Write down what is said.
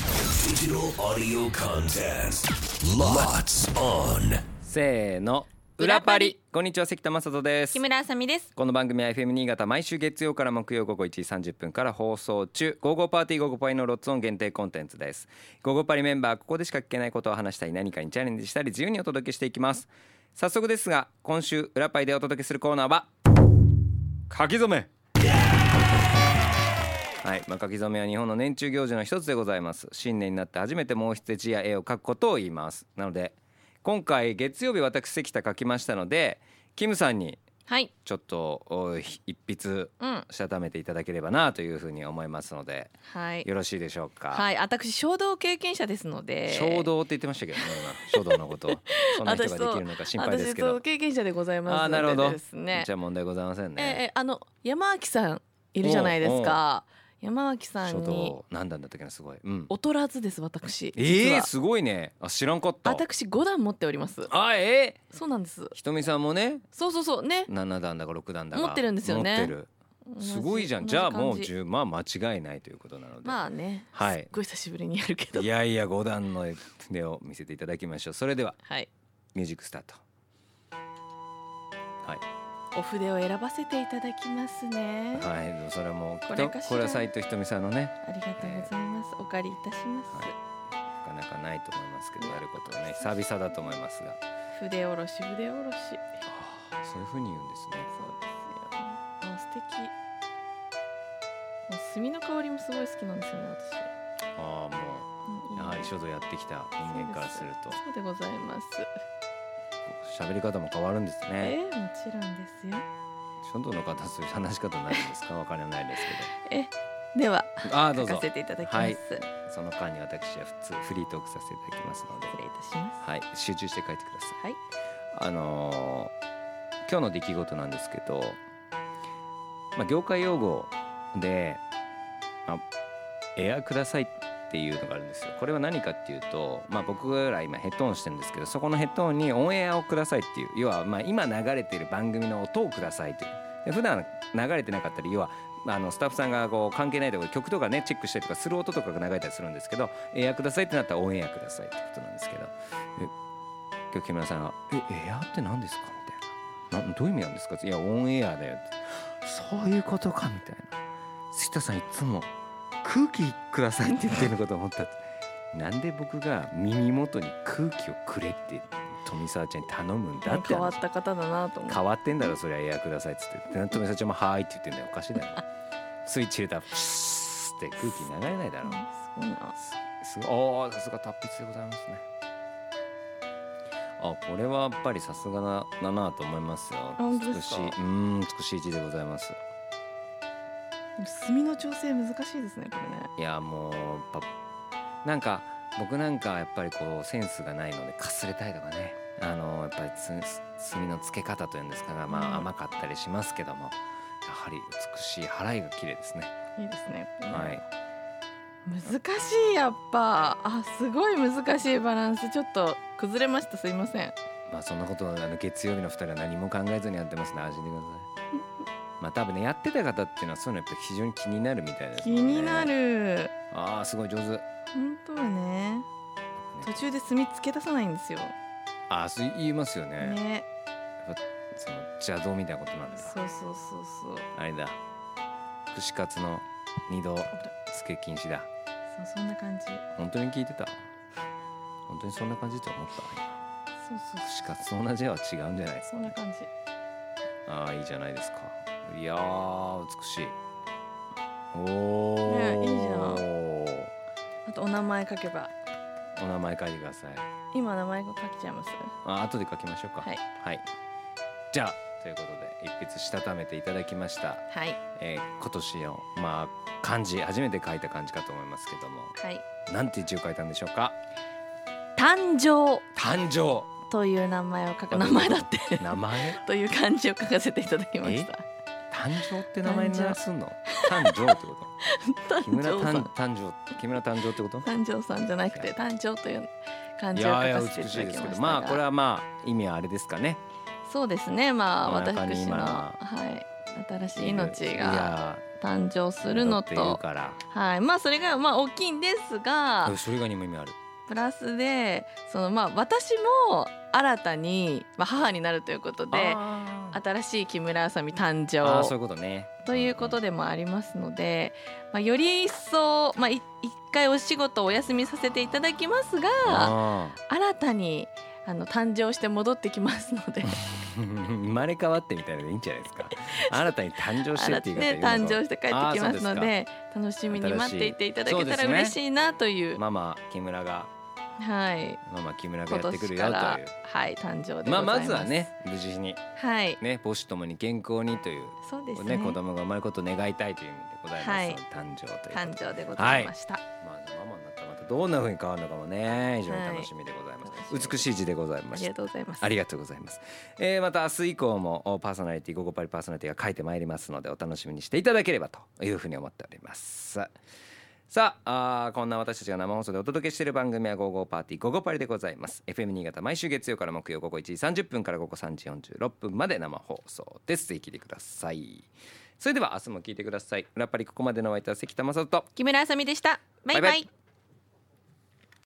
Digital audio contest. Lots on. せーの裏パリこんにちは関田正人です木村あさみですこの番組は FM 新潟毎週月曜から木曜午後1時30分から放送中「午後パーティー午後パリ」のロッツオン限定コンテンツです午後パリメンバーここでしか聞けないことを話したり何かにチャレンジしたり自由にお届けしていきます早速ですが今週裏パリでお届けするコーナーは書き初めはい、まあ、書き初めは日本の年中行事の一つでございます新年になって初めて毛筆で字や絵を書くことを言いますなので今回月曜日私関田書きましたのでキムさんにはいちょっとおひ一筆うんしたためていただければなというふうに思いますのではいよろしいでしょうか、はい私衝動経験者ですので衝動って言ってましたけどね今 衝動のことをそんな人ができるのか心配ですけ私どと経験者でございますのでああなるほど、ですねじゃあ問題ございませんええね、えあの山脇さんいるじゃないですか山脇さ衝んに動何段だったっけなすごい、うん、劣らずです私ええ実はすごいねあ知らんかった私五段持っておりますあええそうなんですひとみさんもねそうそうそうね7段だか6段だか持ってるんですよね持ってるすごいじゃん同じゃあも同う感10まあ間違いないということなので、まあねすはいっごい久しぶりにやるけどいやいや5段の筆を見せていただきましょうそれでははいミュージックスタートはいお筆を選ばせていただきますねはいでもそれはもうきっことれかしらこれは斎藤ひとみさんのねありがとうございますお借りいたしますはいなかなかないと思いますけどやることはね久々だと思いますが筆下ろし筆下ろしあーそういう風に言うんですねそうですよもう素敵もう墨の香りもすごい好きなんですよねああも私、ううんやはり書道やってきた人間からするとそうでございます喋り方も変わるんですえねえもちろんですよ書道の方はそういう話し方になるんですかわからないですではけ どああど書うかぞせていただきます、はい失礼いその間に私は普通フリートークさせていただきますのでたしますはい集中して書いてくださいはいあのー今日の出来事なんですけど、まあ、業界用語で、まあエアーください」っていうのがあるんですよ。これは何かっていうと、まあ、僕ら今ヘッドオンしてるんですけどそこのヘッドオンにオンエアをくださいっていう要はまあ今流れてる番組の音をくださいという。で普段流れてなかったり要はあのスタッフさんがこう関係ないところで曲とかねチェックしたりとかする音とかが流れたりするんですけどエアーくださいってなったらオンエアくださいってことなんですけど今日木村さんが「えエアーって何ですか?」みたいなな「どういう意味なんですか?」いやオンエアだよ」ってそういうことか」みたいな「杉田さんいつも空気ください」って言ってるのかと思ったってなんで僕が耳元に空気をくれって富澤ちゃんに頼むんだって変わっ話た方だなと思って変わってんだろそりゃエアーくださいっつってで富澤ちゃんも「はーい」って言ってんだよおかしいだろスイッチ入れたらプスーって空気流れないだうろんすごいなすごいあーさすが達筆でございますねあこれはやっぱりさすがなだなと思いますよ本当で美すしかいうん美しい字でございます墨の調整難しいですねこれねいやもうやっぱなんか僕なんかやっぱりこうセンスがないのでかすれたりとかねあのやっぱりつつ墨の付け方というんですかが、まあ、うん甘かったりしますけどもやはり美しい払いが綺麗ですね、いいですねこれねはい難しいやっぱあすごい難しいバランスちょっと崩れましたすいませんまあそんなことあの月曜日の2人は何も考えずにやってますね安心して くださいまあ多分ねやってた方っていうのはそういうのやっぱ非常に気になるみたいです気もんねになるああすごい上手本当はね途中で墨つけ出さないんですよああそう言いますよねねその邪道みたいなことなんだそうそうそうそうあれだ串カツの二度付け禁止だそうそんな感じそう本当に聞いてた本当にそんな感じと思ったそう串カツと同じは違うんじゃないですそかんな感じああいいじゃないですかいやー美しいおお、ねいいじゃあとお名前書けばお名前書いてください。今名前が書けちゃいますあ後で書きましょうか。はい。じゃあということで一筆したためていただきました。はいえー今年のまあ漢字初めて書いた漢字かと思いますけども、はいなんて字を書いたんでしょうか。誕生誕生という名前を書く名前だって名前という漢字を書かせていただきました誕生って名前にすんの誕生って こと木誕村生さ誕ん誕生木村誕生ってこと誕生さんじゃなくて誕生という漢い字を書やいやか美せていしたいだできすまけどしたまあこれがはまあ意味はあれですかねそうですねまこのあ中に私の今はい新しい命いがや誕生するのだって言うとからはいまあそれがまあ大きいんですがそれがにも意味あるプラスでそのまあ私も新たに、まあ、母になるということであー新しい木村あさみ誕あーそうい生うことねということでもありますので、まあ、より一層、まあ、い一回お仕事をお休みさせていただきますがあ新たにあの誕生して戻ってきますので。ー 生まれ変わってみたいなのでいいんじゃないです か 新たに誕生して新ったていにう言いね方誕生して帰ってきますのあーそうでで楽しみに待っていていただけ新しいたそらうですね嬉しいなというママ木村がはいママ木村が今やってく年るよかというらはい誕生でございますまあまずはね無事にはいね母子ともに健康にというそうですねね子供が生まれることを願いたいという意味でございます、はい誕生ということで誕生でございましたまあ、ママになったらまたどんな風に変わるのかもね非常に楽しみでございます、はい美しい字でございあましりたがとうございますありがとうございます、えー、また明日以降もおパーソナリティ午後パリパーソナリティが書いてまいりますのでお楽しみにしていただければというふうに思っておりますさああーこんな私たちが生放送でお届けしている番組は「午後パーティー午後パリ」でございます FM 新潟毎週月曜から木曜午後1時30分から午後3時46分まで生放送ですぜひ聞いてくださいそれでは明日も聞いてください裏パリここまでのお相手は関田正人木村あさみでしたバイババイバイイ